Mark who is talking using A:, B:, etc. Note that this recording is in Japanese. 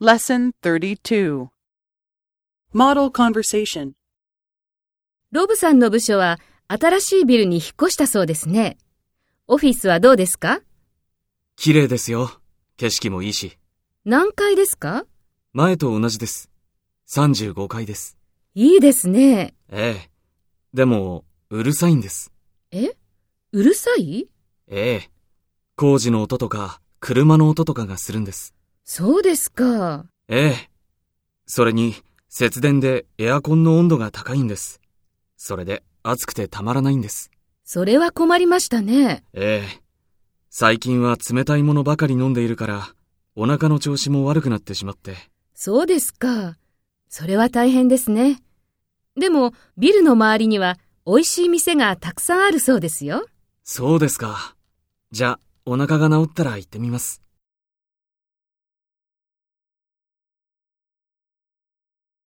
A: Lesson 32 Model Conversation
B: ロブさんの部署は新しいビルに引っ越したそうですね。オフィスはどうですか
C: 綺麗ですよ。景色もいいし。
B: 何階ですか
C: 前と同じです。35階です。
B: いいですね。
C: ええ。でも、うるさいんです。
B: えうるさい
C: ええ。工事の音とか、車の音とかがするんです。
B: そうですか。
C: ええ。それに、節電でエアコンの温度が高いんです。それで、暑くてたまらないんです。
B: それは困りましたね。
C: ええ。最近は冷たいものばかり飲んでいるから、お腹の調子も悪くなってしまって。
B: そうですか。それは大変ですね。でも、ビルの周りには美味しい店がたくさんあるそうですよ。
C: そうですか。じゃあ、お腹が治ったら行ってみます。